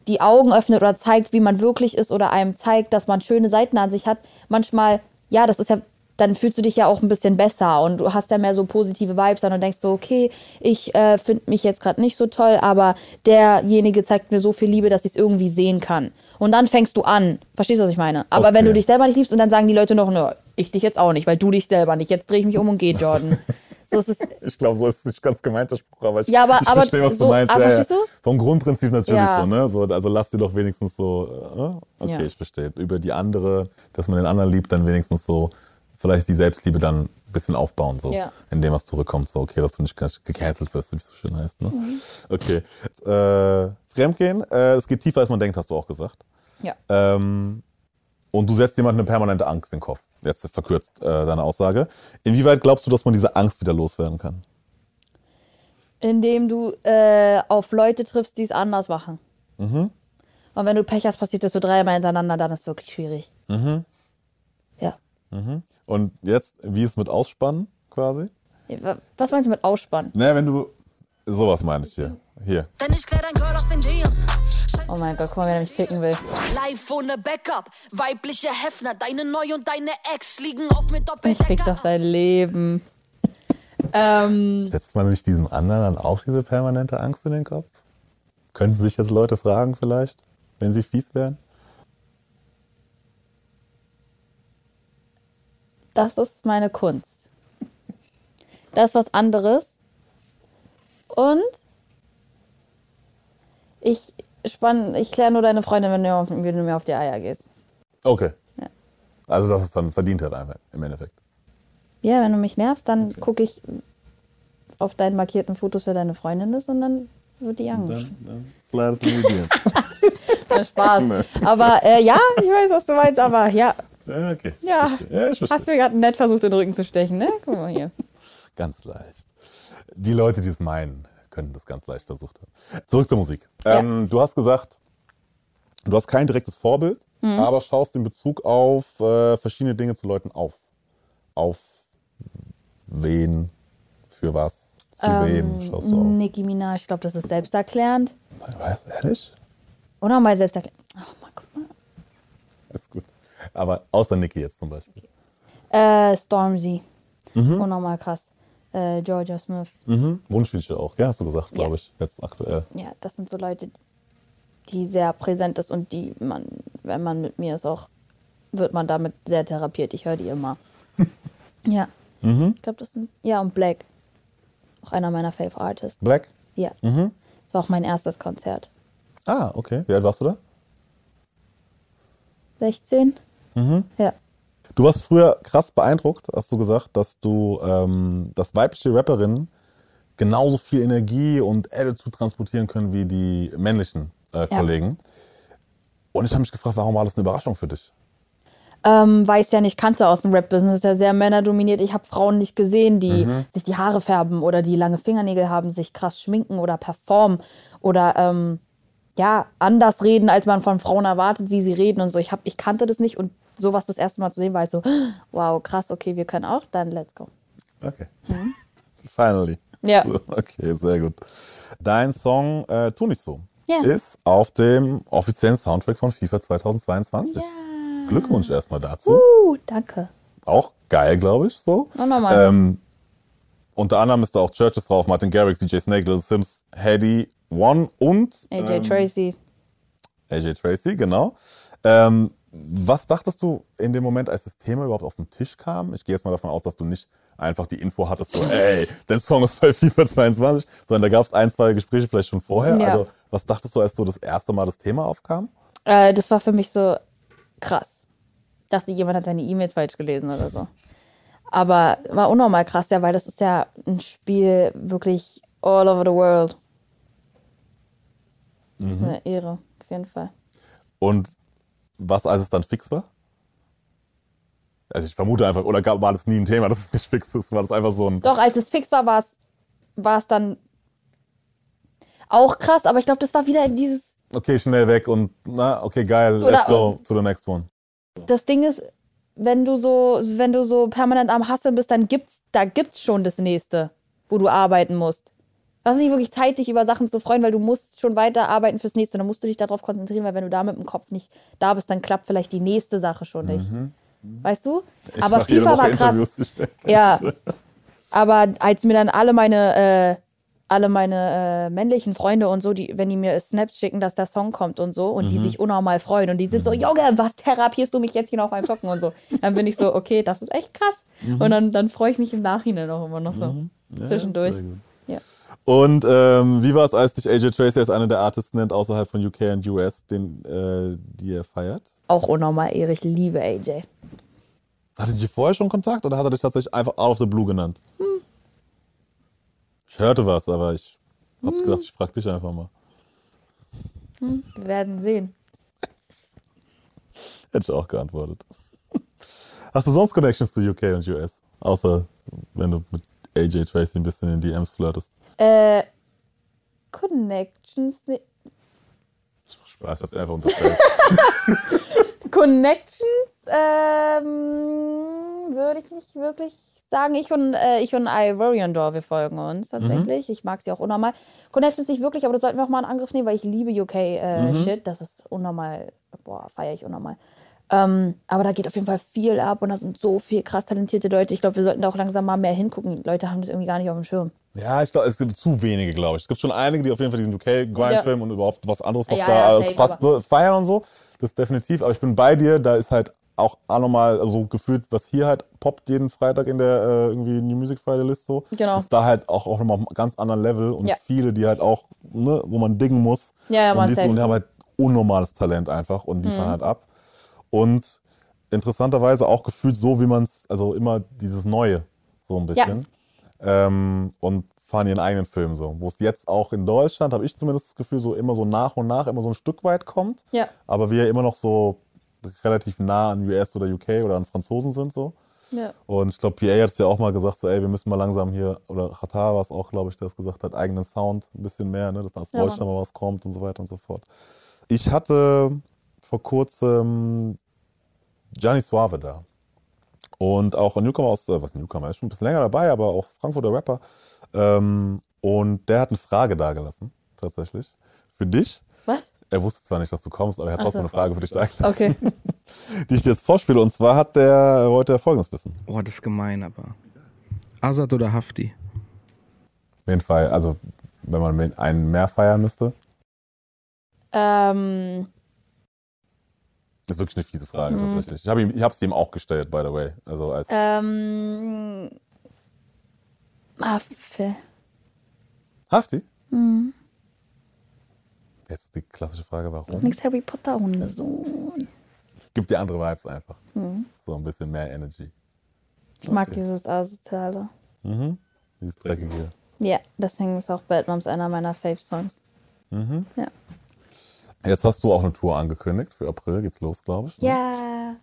die Augen öffnet oder zeigt, wie man wirklich ist oder einem zeigt, dass man schöne Seiten an sich hat, manchmal, ja, das ist ja, dann fühlst du dich ja auch ein bisschen besser und du hast ja mehr so positive Vibes dann und denkst so, okay, ich äh, finde mich jetzt gerade nicht so toll, aber derjenige zeigt mir so viel Liebe, dass ich es irgendwie sehen kann. Und dann fängst du an. Verstehst du, was ich meine? Aber wenn Okay. du dich selber nicht liebst und dann sagen die Leute noch, nö, ich dich jetzt auch nicht, weil du dich selber nicht. Jetzt drehe ich mich um und gehe, Jordan. so es ist Ich glaube, so ist nicht ganz gemeint der Spruch, aber ich, Ja, aber- ich aber verstehe, was so- du meinst. ah, Ja, ja. verstehst du? Vom Grundprinzip natürlich Ja. so, ne? So, also lass dir doch wenigstens so, äh, ne? okay, Ja. ich verstehe. Über die andere, dass man den anderen liebt, dann wenigstens so, vielleicht die Selbstliebe dann ein bisschen aufbauen, so, Ja. indem was zurückkommt, so, okay, dass du nicht ge- gecancelt wirst, wie es so schön heißt, ne? Mhm. Okay. Äh, Fremdgehen, äh, es geht tiefer, als man denkt, hast du auch gesagt. Ja. Ähm, und du setzt jemandem eine permanente Angst in den Kopf. Jetzt verkürzt äh, deine Aussage. Inwieweit glaubst du, dass man diese Angst wieder loswerden kann? indem du äh, auf Leute triffst, die es anders machen. Und wenn du Pech hast, passiert das so dreimal hintereinander, dann ist es wirklich schwierig. Ja. Und jetzt, wie ist mit Ausspannen quasi? Was meinst du mit Ausspannen? Naja, wenn du. Sowas meine ich hier. Hier. Denn ich klär dein Girl aus den Jeans. Scheiß Oh mein Gott, guck mal, wer mich ficken will. Live ohne Backup, weibliche Hefner, deine Neu- und deine Ex liegen auf mit Ich fick Doppeldecker. doch dein Leben. ähm, Setzt man nicht diesen anderen dann auch diese permanente Angst in den Kopf? Könnten sich jetzt Leute fragen vielleicht, wenn sie fies wären? Das ist meine Kunst. Das ist was anderes. Und ich spann, ich kläre nur deine Freundin, wenn du, auf, wenn du mir auf die Eier gehst. Okay. Also das ist dann verdient hat einfach im Endeffekt. Ja, wenn du mich nervst, dann gucke ich auf deinen markierten Fotos, wer deine Freundin ist und dann wird die angeschaut. Slide es in die Ideen. Spaß. Aber äh, ja, ich weiß, was du meinst, aber ja, Ja, Okay. Ja. Verstehe. ja ich verstehe. hast mir gerade nett versucht, den Rücken zu stechen, ne? Guck mal hier. Ganz leicht. Die Leute, die es meinen, könnten das ganz leicht versucht haben. Zurück zur Musik. Ja. Ähm, du hast gesagt, du hast kein direktes Vorbild, aber schaust in Bezug auf äh, verschiedene Dinge zu Leuten auf. Auf wen, für was, zu wem schaust du auf? Nicki Minaj, ich glaube, das ist selbsterklärend. Was, ehrlich? Oder mal selbsterklärend. Ach, mal guck mal. Ist gut. Aber außer Niki jetzt zum Beispiel. Äh, Stormzy. Mhm. Oh, nochmal krass. Äh, Georgia Smith. Wunschliedchen auch, ja, hast du gesagt, glaube ich, jetzt aktuell. Ja, das sind so Leute, die sehr präsent ist und die man, wenn man mit mir ist, auch wird man damit sehr therapiert. Ich höre die immer. ja. Ich glaube, das sind. Ja, und Black. Auch einer meiner Fave Artists. Black? Ja. Das war auch mein erstes Konzert. Ah, okay. Wie alt warst du da? 16? Ja. Du warst früher krass beeindruckt, hast du gesagt, dass du, ähm, dass weibliche Rapperinnen genauso viel Energie und Attitude transportieren können wie die männlichen äh, Ja. Kollegen. Und ich habe mich gefragt, warum war das eine Überraschung für dich? Ähm, weil ich es ja nicht kannte aus dem Rap-Business, ist ja sehr männerdominiert. Ich habe Frauen nicht gesehen, die sich die Haare färben oder die lange Fingernägel haben, sich krass schminken oder performen oder ähm, ja, anders reden, als man von Frauen erwartet, wie sie reden und so. Ich, hab, ich kannte das nicht und sowas das erste Mal zu sehen war halt so, wow, krass, okay, wir können auch, dann let's go. Okay. Finally. Mhm. Ja. So, Okay, sehr gut. Dein Song äh, Tu nicht so Ja. ist auf dem offiziellen Soundtrack von FIFA 2022. Glückwunsch erstmal dazu. Uh, danke. auch geil, glaube ich. So. Na, normal. Ähm, unter anderem ist da auch Churches drauf, Martin Garrix, DJ Snake, Little Sims, Hedy One und AJ Tracy. AJ Tracy, genau. Ähm, was dachtest du in dem Moment, als das Thema überhaupt auf den Tisch kam? Ich gehe jetzt mal davon aus, dass du nicht einfach die Info hattest, so, ey, dein Song ist bei FIFA 22, sondern da gab es ein, zwei Gespräche vielleicht schon vorher. Ja. Also, was dachtest du, als so das erste Mal das Thema aufkam? Äh, das war für mich so krass. Ich dachte, jemand hat seine E-Mails falsch gelesen oder so. Aber war unnormal krass, ja, weil das ist ja ein Spiel wirklich all over the world. Das ist eine Ehre, auf jeden Fall. Und was, als es dann fix war? Also ich vermute einfach, oder gab, war das nie ein Thema, dass es nicht fix ist? War das einfach so ein... Doch, als es fix war, war es, war es dann auch krass, aber ich glaube, das war wieder dieses. Okay, schnell weg und na, okay, geil, Oder- let's go to the next one. Das Ding ist, wenn du so, wenn du so permanent am Hasseln bist, dann gibt's, da gibt's schon das nächste, wo du arbeiten musst. Du hast nicht wirklich Zeit, dich über Sachen zu freuen, weil du musst schon weiter arbeiten fürs nächste. Dann musst du dich darauf konzentrieren, weil wenn du da mit dem Kopf nicht da bist, dann klappt vielleicht die nächste Sache schon nicht. Weißt du? Mhm. Ich aber mach jede FIFA Woche war krass. Interviews, ich merke Ja. das. Aber als mir dann alle meine, äh, alle meine äh, männlichen Freunde und so, die, wenn die mir Snaps schicken, dass der Song kommt und so und die Mhm. sich unnormal freuen und die sind so, Junge, was therapierst du mich jetzt hier noch beim Zocken und so, dann bin ich so, okay, das ist echt krass. Mhm. Und dann, dann freue ich mich im Nachhinein auch immer noch so. Zwischendurch. sehr gut. Ja. Und ähm, wie war es, als dich AJ Tracy als einer der Artists nennt, außerhalb von UK und US, den, äh, die er feiert? Auch unnormal, Erich, liebe AJ. Hattet ihr vorher schon Kontakt oder hat er dich tatsächlich einfach out of the blue genannt? Hm. Ich hörte was, aber ich hab Hm. gedacht, ich frag dich einfach mal. Wir werden sehen. Hätte ich auch geantwortet. Hast du sonst Connections zu UK und US? Außer wenn du mit AJ Tracy ein bisschen in DMs flirtest. Äh, Connections, ne- Spaß, hab's einfach unterstellt. Connections ähm, würde ich nicht wirklich sagen. Ich und, äh, ich und Ivorian Door, wir folgen uns tatsächlich. Ich mag sie auch unnormal. Connections nicht wirklich, aber das äh, sollten wir auch mal in Angriff nehmen, weil ich liebe UK-Shit. Das ist unnormal. Boah, feiere ich unnormal. Ähm, aber da geht auf jeden Fall viel ab und da sind so viel krass talentierte Leute. Ich glaube, wir sollten da auch langsam mal mehr hingucken. Die Leute haben das irgendwie gar nicht auf dem Schirm. Ja, ich glaube, es gibt zu wenige, glaube ich. Es gibt schon einige, die auf jeden Fall diesen UK-Grind-Film und überhaupt was anderes noch Ja, da ja, äh, safe, passt, ne, feiern und so. Das ist definitiv. Aber ich bin bei dir, da ist halt auch anormal, also gefühlt, was hier halt poppt jeden Freitag in der äh, irgendwie New Music Friday List so. Genau. Ist da halt auch, auch nochmal auf einem ganz anderen Level und Ja. viele, die halt auch, ne, wo man dingen muss. Ja, ja, und man, die- safe. Mhm. Und die haben halt unnormales Talent einfach und liefern halt ab. Und interessanterweise auch gefühlt so, wie man es, also immer dieses Neue, so ein bisschen ähm, und fahren ihren eigenen Film so. Wo es jetzt auch in Deutschland, habe ich zumindest das Gefühl, so immer so nach und nach immer so ein Stück weit kommt. Ja. Aber wir immer noch so relativ nah an US oder UK oder an Franzosen sind so. Ja. Und ich glaube, PA hat es ja auch mal gesagt, so, ey, wir müssen mal langsam hier, oder Qatar war es auch, glaube ich, der es gesagt hat, eigenen Sound ein bisschen mehr, ne, dass aus Ja, Deutschland mal was kommt und so weiter und so fort. Ich hatte vor kurzem Gianni Suave da. Und auch ein Newcomer aus, äh, was Newcomer, ist schon ein bisschen länger dabei, aber auch Frankfurter Rapper. Ähm, und der hat eine Frage dagelassen, tatsächlich. Für dich. Was? Er wusste zwar nicht, dass du kommst, aber er hat Ach so. trotzdem eine Frage für dich dagelassen, Okay. die ich dir jetzt vorspiele. Und zwar hat der, wollte er folgendes wissen. Oh, das ist gemein, aber. Azad oder Hafti? Wen feiern? Also, wenn man wen- einen mehr feiern müsste. ähm, Das ist wirklich eine fiese Frage Mhm. Äh. tatsächlich. Ich habe ihm, ich habe sie ihm auch gestellt, by the way. Also als ähm, ah, Affe. Hafti. Mhm. Jetzt die klassische Frage, warum? Nix Harry Potter Hunde so. Gibt dir andere Vibes einfach. Mhm. So ein bisschen mehr Energy. Ich mag Okay. dieses Asoziale. Mhm. Dieses dreckige. Ja, deswegen ist auch Bad Moms einer meiner Fave-Songs. Mhm. Ja. Jetzt hast du auch eine Tour angekündigt. Für April geht's los, glaube ich. ne? Ja.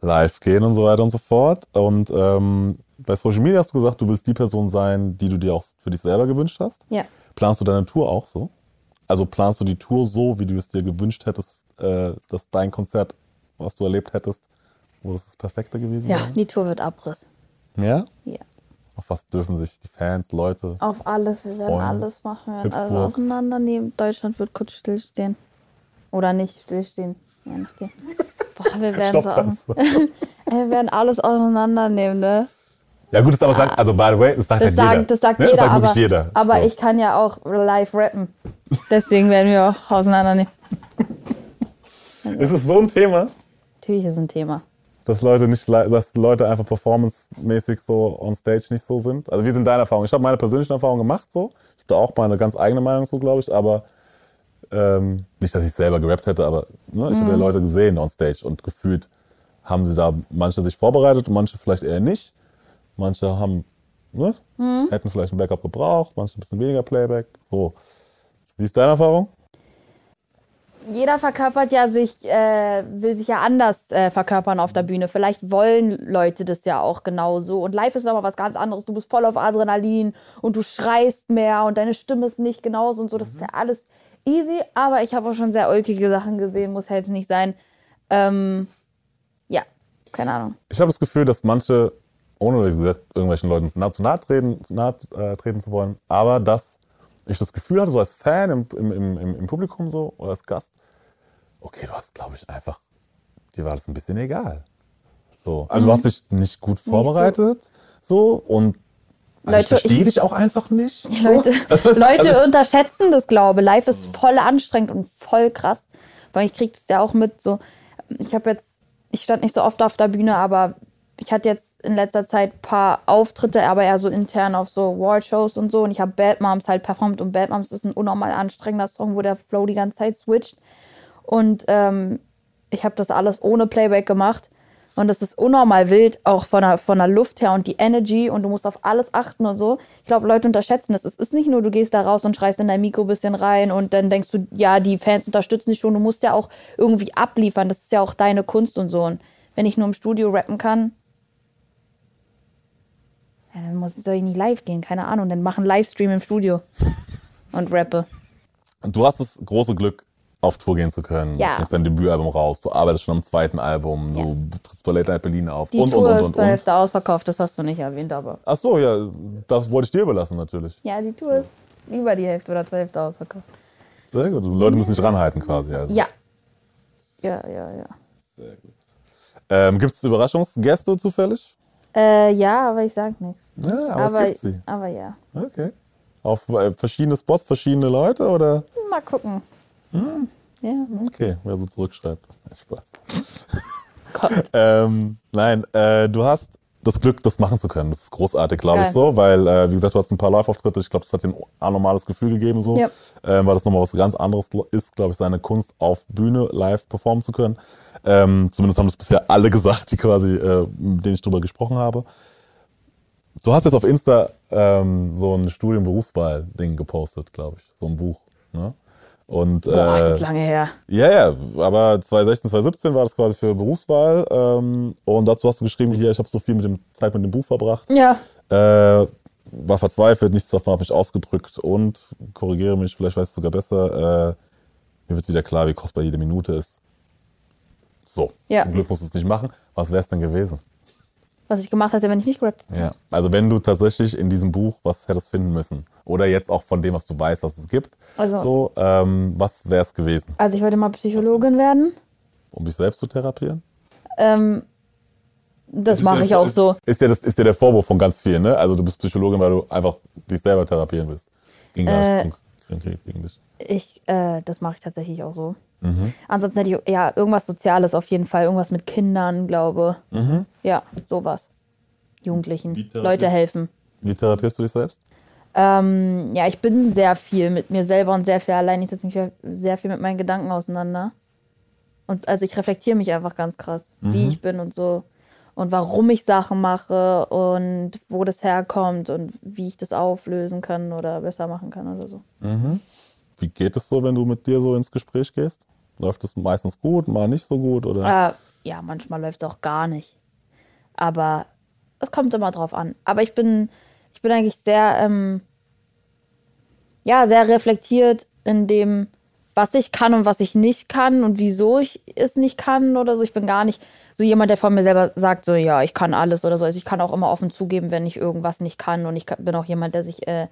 Live gehen und so weiter und so fort. Und ähm, bei Social Media hast du gesagt, du willst die Person sein, die du dir auch für dich selber gewünscht hast. Ja. Planst du deine Tour auch so? Also planst du die Tour so, wie du es dir gewünscht hättest, äh, dass dein Konzert, was du erlebt hättest, wo das das Perfekte gewesen Ja, wäre? die Tour wird Abriss. Ja? Ja. Auf was dürfen sich die Fans, Leute? Auf alles, wir werden Freunde. alles machen, wir werden alles Hüpfburg. auseinandernehmen. Deutschland wird kurz stillstehen. Oder nicht stillstehen. Ja, nachdem. Boah, wir werden so aus das. Ey, wir werden alles auseinandernehmen, ne? Ja gut, das aber sagt, also by the way, das sagt Das, halt jeder. sagt, das sagt Ne? jeder, das sagt aber, wirklich jeder. aber So. ich kann ja auch live rappen. Deswegen werden wir auch auseinandernehmen. Ist es so ein Thema? Natürlich ist ein Thema. dass Leute nicht, li- dass Leute einfach performancemäßig so on stage nicht so sind. Also wie sind deine Erfahrungen? Ich habe meine persönlichen Erfahrungen gemacht so. Ich habe da auch meine ganz eigene Meinung so, glaube ich, aber ähm, nicht, dass ich selber gerappt hätte, aber ne, ich habe ja Leute gesehen on stage und gefühlt haben sie da manche sich vorbereitet und manche vielleicht eher nicht. Manche haben, ne, hätten vielleicht ein Backup gebraucht, manche ein bisschen weniger Playback. So. Wie ist deine Erfahrung? jeder verkörpert ja sich, äh, will sich ja anders äh, verkörpern auf der Bühne. Vielleicht wollen Leute das ja auch genauso. Und live ist nochmal was ganz anderes. Du bist voll auf Adrenalin und du schreist mehr und deine Stimme ist nicht genauso und so. Das ist ja alles easy, aber ich habe auch schon sehr ulkige Sachen gesehen, muss ja jetzt nicht sein. Ähm, ja, keine Ahnung. ich habe das Gefühl, dass manche, ohne wie gesagt, irgendwelchen Leuten nah- zu nahe treten, zu nahe, äh, treten zu wollen, aber dass ich das Gefühl hatte, so als Fan im, im, im, im- im Publikum so oder als Gast, okay, du hast, glaube ich, einfach, dir war das ein bisschen egal. So. Also du hast Mhm. dich nicht gut vorbereitet, so, und also Leute, ich verstehe ich- dich auch einfach nicht. Leute, Also, also- Leute unterschätzen das, glaube ich. Live ist voll anstrengend und voll krass. Weil ich krieg das ja auch mit. So, ich habe jetzt, ich stand nicht so oft auf der Bühne, aber ich hatte jetzt in letzter Zeit ein paar Auftritte, aber eher so intern auf so Wall-Shows und so. Und ich habe Bad Moms halt performt. Und Bad Moms ist ein unnormal anstrengender Song, wo der Flow die ganze Zeit switcht. Und ähm, ich habe das alles ohne Playback gemacht. Und das ist unnormal wild, auch von der, von der Luft her und die Energy und du musst auf alles achten und so. Ich glaube, Leute unterschätzen das. Es ist nicht nur, du gehst da raus und schreist in dein Mikro ein bisschen rein und dann denkst du, ja, die Fans unterstützen dich schon. Du musst ja auch irgendwie abliefern. Das ist ja auch deine Kunst und so. Und wenn ich nur im Studio rappen kann, ja, dann muss, soll ich nicht live gehen, keine Ahnung. Dann mach einen Livestream im Studio und rappe. also, Du hast das große Glück, auf Tour gehen zu können. Ja. Du bringst dein Debütalbum raus, du arbeitest schon am zweiten Album, Ja. du trittst bei Late Night Berlin auf Die und, Tour und, und, ist und, zur und. Hälfte ausverkauft, das hast du nicht erwähnt, aber. Ach so, ja, das wollte ich dir überlassen natürlich. Ja, die Tour ist über die Hälfte oder zur Hälfte ausverkauft. Sehr gut. Die Leute müssen sich ranhalten quasi. Also. Ja. Ja, ja, ja. Ähm, Gibt es Überraschungsgäste zufällig? Äh, ja, aber ich sag nichts. Ja, aber, es Aber, gibt sie. aber ja. Okay. Auf äh, verschiedene Spots, verschiedene Leute oder? Mal gucken. Hm. Ja, Okay, wer so zurückschreibt. Spaß. kommt. Ähm, nein, äh, du hast das Glück, das machen zu können. Das ist großartig, glaube ich Geil. so, weil, äh, wie gesagt, du hast ein paar Live-Auftritte. Ich glaube, das hat dir ein anormales Gefühl gegeben, so. Ja. Ähm, weil das nochmal was ganz anderes ist, glaube ich, seine Kunst auf Bühne live performen zu können. Ähm, zumindest haben das bisher alle gesagt, die quasi, äh, mit denen ich drüber gesprochen habe. Du hast jetzt auf Insta ähm, so ein Studienberufswahl-Ding gepostet, glaube ich. So ein Buch. Ne? Und, Boah, äh, das ist lange her. ja, ja, aber 2016, 2017 war das quasi für Berufswahl. Ähm, und dazu hast du geschrieben, hier, ich habe so viel mit dem Zeit mit dem Buch verbracht. Ja, Äh, war verzweifelt, nichts davon habe ich ausgedrückt und korrigiere mich, vielleicht weißt du sogar besser. Äh, mir wird wieder klar, wie kostbar jede Minute ist. So, Ja. zum Glück musst du es nicht machen. Was wäre es denn gewesen? was ich gemacht hätte, wenn ich nicht gerappt hätte. Ja. Also wenn du tatsächlich in diesem Buch was hättest finden müssen oder jetzt auch von dem, was du weißt, was es gibt, Also- so, ähm, was wäre es gewesen, Also ich wollte mal Psychologin werden. um dich selbst zu therapieren? Ähm, das mache ich auch so. Ist ja, das, ist ja der Vorwurf von ganz vielen, ne? Also du bist Psychologin, weil du einfach dich selber therapieren willst. Ging gar Äh. nicht konkret gegen dich. Ich, äh, das mache ich tatsächlich auch so. Mhm. Ansonsten hätte ich ja irgendwas Soziales auf jeden Fall, irgendwas mit Kindern, glaube. Ja, sowas. Jugendlichen, Mhm. Wie Therapist? Leute helfen. Wie therapierst du dich selbst? Ähm, ja, ich bin sehr viel mit mir selber und sehr viel allein. Ich setze mich sehr viel mit meinen Gedanken auseinander. Und also ich reflektiere mich einfach ganz krass, wie ich bin und so. Und warum ich Sachen mache und wo das herkommt und wie ich das auflösen kann oder besser machen kann oder so. Wie geht es so, wenn du mit dir so ins Gespräch gehst? Läuft es meistens gut, mal nicht so gut? Oder? Äh, ja, manchmal läuft es auch gar nicht. Aber es kommt immer drauf an. Aber ich bin, ich bin eigentlich sehr, ähm, ja, sehr reflektiert in dem, was ich kann und was ich nicht kann und wieso ich es nicht kann oder so. Ich bin gar nicht so jemand, der von mir selber sagt, so, ja, ich kann alles oder so. Also ich kann auch immer offen zugeben, wenn ich irgendwas nicht kann. Und ich ka- bin auch jemand, der sich äh,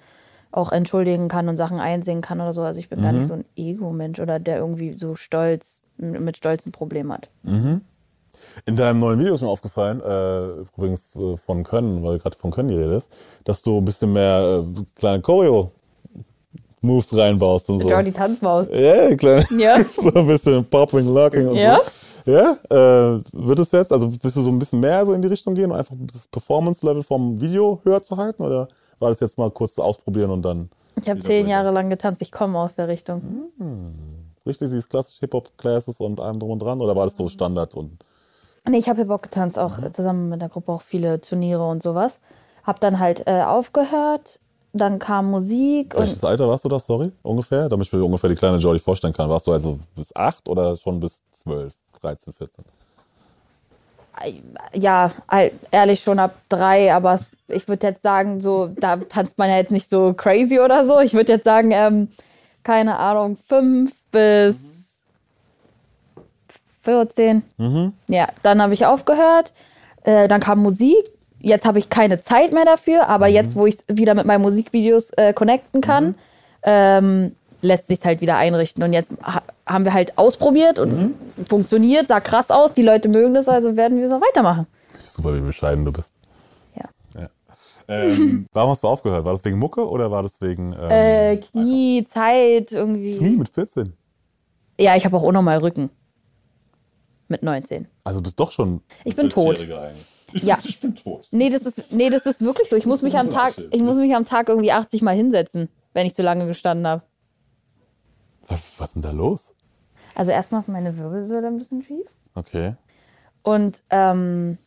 auch entschuldigen kann und Sachen einsehen kann oder so. Also ich bin gar nicht so ein Ego-Mensch oder der irgendwie so stolz, m- mit Stolz ein Problem hat. In deinem neuen Video ist mir aufgefallen, äh, übrigens äh, von Können, weil gerade von Können die Rede ist, dass du ein bisschen mehr äh, kleine Choreo-Moves reinbaust und so. Jordi Tanzmaus. Ja, kleine. Ja. so ein bisschen Popping, Locking und Ja? so. Ja? Äh, wird es jetzt, also willst du so ein bisschen mehr so in die Richtung gehen und einfach das Performance-Level vom Video höher zu halten? Oder war das jetzt mal kurz ausprobieren und dann Ich habe zehn Jahre lang getanzt. Ich komme aus der Richtung. richtig dieses klassische Hip-Hop-Classes und allem drum und dran? Oder war das so Standard und Nee, ich habe Hip-Hop getanzt, auch zusammen mit der Gruppe, auch viele Turniere und sowas. Hab dann halt äh, aufgehört. Dann kam Musik und welches Alter warst du das, sorry, ungefähr? Damit ich mir ungefähr die kleine Jordi vorstellen kann. Warst du also bis 8 oder schon bis 12, 13, 14? ja, all- ehrlich schon ab drei, aber es- ich würde jetzt sagen, so, da tanzt man ja jetzt nicht so crazy oder so. Ich würde jetzt sagen, ähm, keine Ahnung, fünf bis 14. Ja, dann habe ich aufgehört. Äh, dann kam Musik. Jetzt habe ich keine Zeit mehr dafür, aber jetzt, wo ich wieder mit meinen Musikvideos äh, connecten kann, ähm, lässt sich halt wieder einrichten. Und jetzt ha haben wir halt ausprobiert und funktioniert, sah krass aus, die Leute mögen das, also werden wir so weitermachen. Super, wie bescheiden du bist. Ja. ja. Ähm, warum hast du aufgehört? War das wegen Mucke oder war das wegen ähm, Äh, Knie, Zeit, irgendwie. Knie mit 14? Ja, ich habe auch unnormal Rücken. Mit 19. Also du bist doch schon. Ich bin tot. 40-Jähriger eigentlich. Ja. Ich bin tot. Nee, das ist, nee, das ist wirklich so. Ich muss mich am Tag, ich muss mich am Tag irgendwie 80 Mal hinsetzen, wenn ich zu lange gestanden habe. Was ist denn da los? Also erstmal ist meine Wirbelsäule ein bisschen schief. Okay. Und ähm,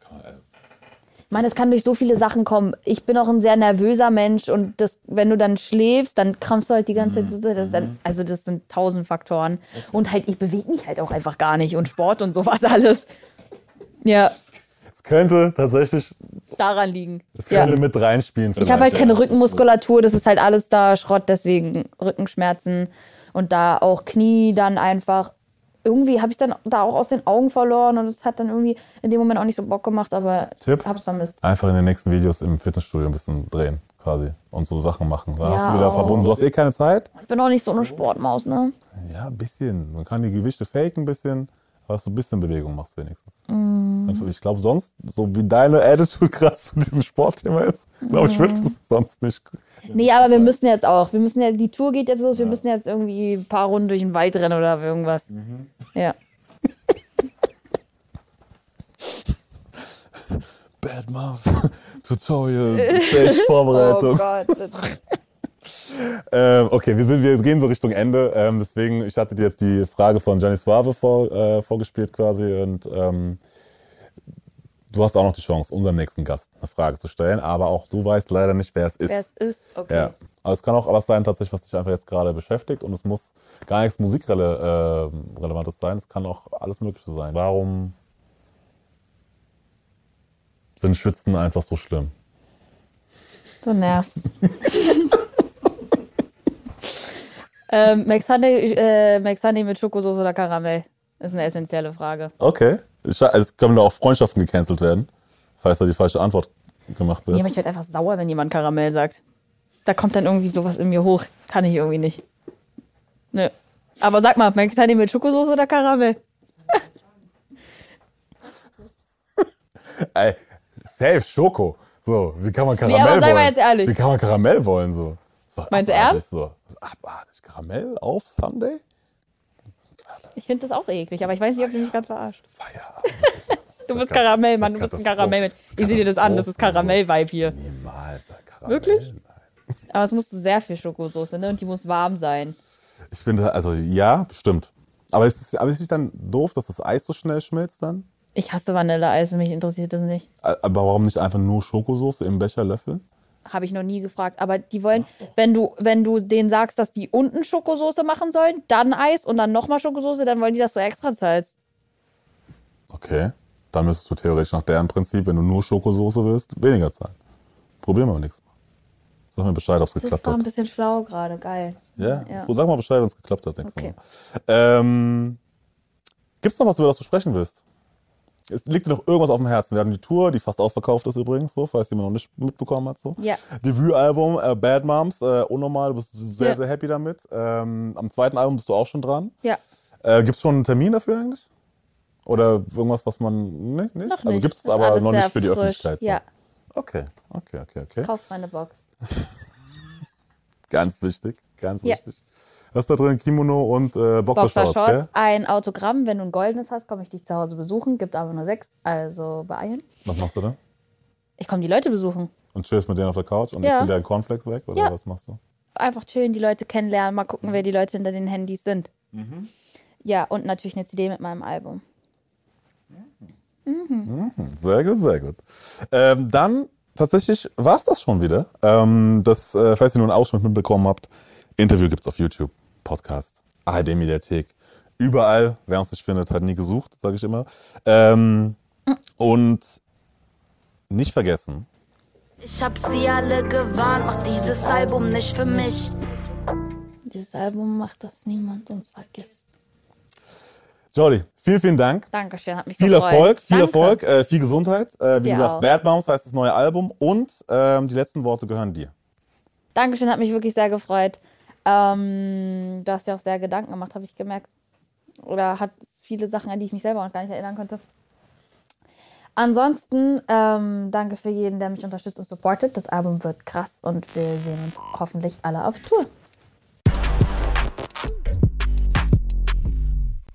ich meine, es kann durch so viele Sachen kommen. Ich bin auch ein sehr nervöser Mensch und das, wenn du dann schläfst, dann krampfst du halt die ganze Zeit. so- Das dann, also das sind tausend Faktoren. Und halt, ich bewege mich halt auch einfach gar nicht und Sport und sowas alles. Ja, Es könnte tatsächlich, daran liegen. es Ja. könnte mit reinspielen. Ich habe halt keine Rückenmuskulatur, das ist halt alles da Schrott, deswegen Rückenschmerzen und da auch Knie dann einfach. Irgendwie habe ich dann da auch aus den Augen verloren und es hat dann irgendwie in dem Moment auch nicht so Bock gemacht, aber Tipp. hab's vermisst. Einfach in den nächsten Videos im Fitnessstudio ein bisschen drehen, quasi. Und so Sachen machen. Da hast Ja, du wieder auch. verbunden. Du hast eh keine Zeit? Ich bin auch nicht so eine Sportmaus, ne? Mhm. Ja, ein bisschen. Man kann die Gewichte faken ein bisschen, aber dass du ein bisschen Bewegung machst wenigstens. Einfach, ich glaube, sonst, so wie deine Attitude gerade zu diesem Sportthema ist, glaube ich, würdest du Mhm. es sonst nicht. Nee, aber wir müssen jetzt auch. Wir müssen ja, die Tour geht jetzt los, wir müssen jetzt irgendwie ein paar Runden durch den Wald rennen oder irgendwas. Mhm. Ja. Bad Mouth, Tutorial, Stage-Vorbereitung. Oh Gott. Ähm, okay, wir, sind, wir gehen so Richtung Ende. Ähm, deswegen, ich hatte dir jetzt die Frage von Gianni Suave vor, äh, vorgespielt quasi und ähm, du hast auch noch die Chance, unserem nächsten Gast eine Frage zu stellen, aber auch du weißt leider nicht, wer es ist. Wer es ist, okay. Ja. Aber Also es kann auch alles sein, tatsächlich, was dich einfach jetzt gerade beschäftigt und es muss gar nichts musikrelevantes äh, Relevantes sein, es kann auch alles Mögliche sein. Warum sind Schützen einfach so schlimm? Du nervst. ähm, Max Honey, äh, Max Honey mit Schokosauce oder Karamell? Ist eine essentielle Frage. Okay. Ich, also es können da auch Freundschaften gecancelt werden, falls da die falsche Antwort gemacht Ja, wird. aber ich werde einfach sauer, wenn jemand Karamell sagt. Da kommt dann irgendwie sowas in mir hoch. Das kann ich irgendwie nicht. Nö. Aber sag mal, Max Honey mit Schokosauce oder Karamell? Ey, safe Schoko. So, wie kann man Karamell aber wollen? sei mal jetzt ehrlich. Wie kann man Karamell wollen so? so Meinst du abartig, ernst? So. Das ist Abartig. Karamell auf Sunday? Ich finde das auch eklig, aber ich weiß nicht, ob du mich gerade verarscht. Feierabend. Du bist Katastrophe. Karamell, Mann. Du bist ein Karamell mit. Ich sehe dir das an, das ist Katastrophe. Karamell-Vibe hier. Niemals. Karamell. Wirklich? Nein. Aber es muss sehr viel Schokosauce, ne? Und die muss warm sein. Ich finde, also ja, bestimmt. Aber ist es aber ist es nicht dann doof, dass das Eis so schnell schmilzt dann? Äh, Ich hasse Vanilleeis, mich interessiert das nicht. Aber warum nicht einfach nur Schokosoße im Becher löffeln? Habe ich noch nie gefragt. Aber die wollen, wenn du, wenn du denen sagst, dass die unten Schokosoße machen sollen, dann Eis und dann nochmal Schokosoße, dann wollen die, dass du extra zahlst. Okay. Dann müsstest du theoretisch nach deren Prinzip, wenn du nur Schokosoße willst, weniger zahlen. Probieren wir beim nächsten Mal. Sag mir Bescheid, ob es Das geklappt war hat. ein bisschen schlau gerade, geil. Ja, Ja. sag mal Bescheid, wenn es geklappt hat. nächstes Okay. Mal. Ähm, Gibt es noch was, über das du sprechen willst? Es liegt dir noch irgendwas auf dem Herzen. Wir hatten die Tour, die fast ausverkauft ist übrigens, so, falls jemand noch nicht mitbekommen hat. So. Ja. Debütalbum äh, Bad Moms, äh, unnormal, du bist sehr, Ja. sehr happy damit. Ähm, am zweiten Album bist du auch schon dran. Ja. Äh, Gibt es schon einen Termin dafür eigentlich? Oder irgendwas, was man. Nee, nee? Noch nicht. Also gibt es Ist aber alles noch nicht sehr für die frisch. Öffentlichkeit. so. Ja, Okay, okay, okay, okay. kauf meine Box. Ganz wichtig, ganz Ja. wichtig. Was ist da drin? Kimono und äh, Boxershorts, gell? Boxershorts, ein Autogramm. Wenn du ein goldenes hast, komme ich dich zu Hause besuchen. Gibt aber nur sechs, also beeilen. Was machst du da? Ich komme die Leute besuchen. Und chillst mit denen auf der Couch und Ja. isst dir deinen Cornflakes weg? Oder Ja. was machst du? einfach chillen, die Leute kennenlernen, mal Mhm. gucken, wer die Leute hinter den Handys sind. Ja, und natürlich eine CD mit meinem Album. Sehr gut, sehr gut. Ähm, dann tatsächlich war es das schon wieder. Ähm, das, äh, falls ihr nur einen Ausschnitt mitbekommen habt, Interview gibt's auf YouTube, Podcast, ARD Mediathek, überall. Wer uns nicht findet, hat nie gesucht, sage ich immer. Ähm, und nicht vergessen, Ich hab sie alle gewarnt, mach dieses Album nicht für mich. Dieses Album macht, dass niemand uns vergisst. Jolly, vielen, vielen Dank. Dankeschön, hat mich Viel gefreut. Erfolg, viel Danke. Erfolg, äh, viel Gesundheit. Äh, wie Dir gesagt, auch. Bad Moms heißt das neue Album und ähm, die letzten Worte gehören dir. Dankeschön, hat mich wirklich sehr gefreut. Ähm, du hast dir auch sehr Gedanken gemacht, habe ich gemerkt. Oder hat viele Sachen, an die ich mich selber auch gar nicht erinnern konnte. Ansonsten ähm, danke für jeden, der mich unterstützt und supportet. Das Album wird krass und wir sehen uns hoffentlich alle auf Tour.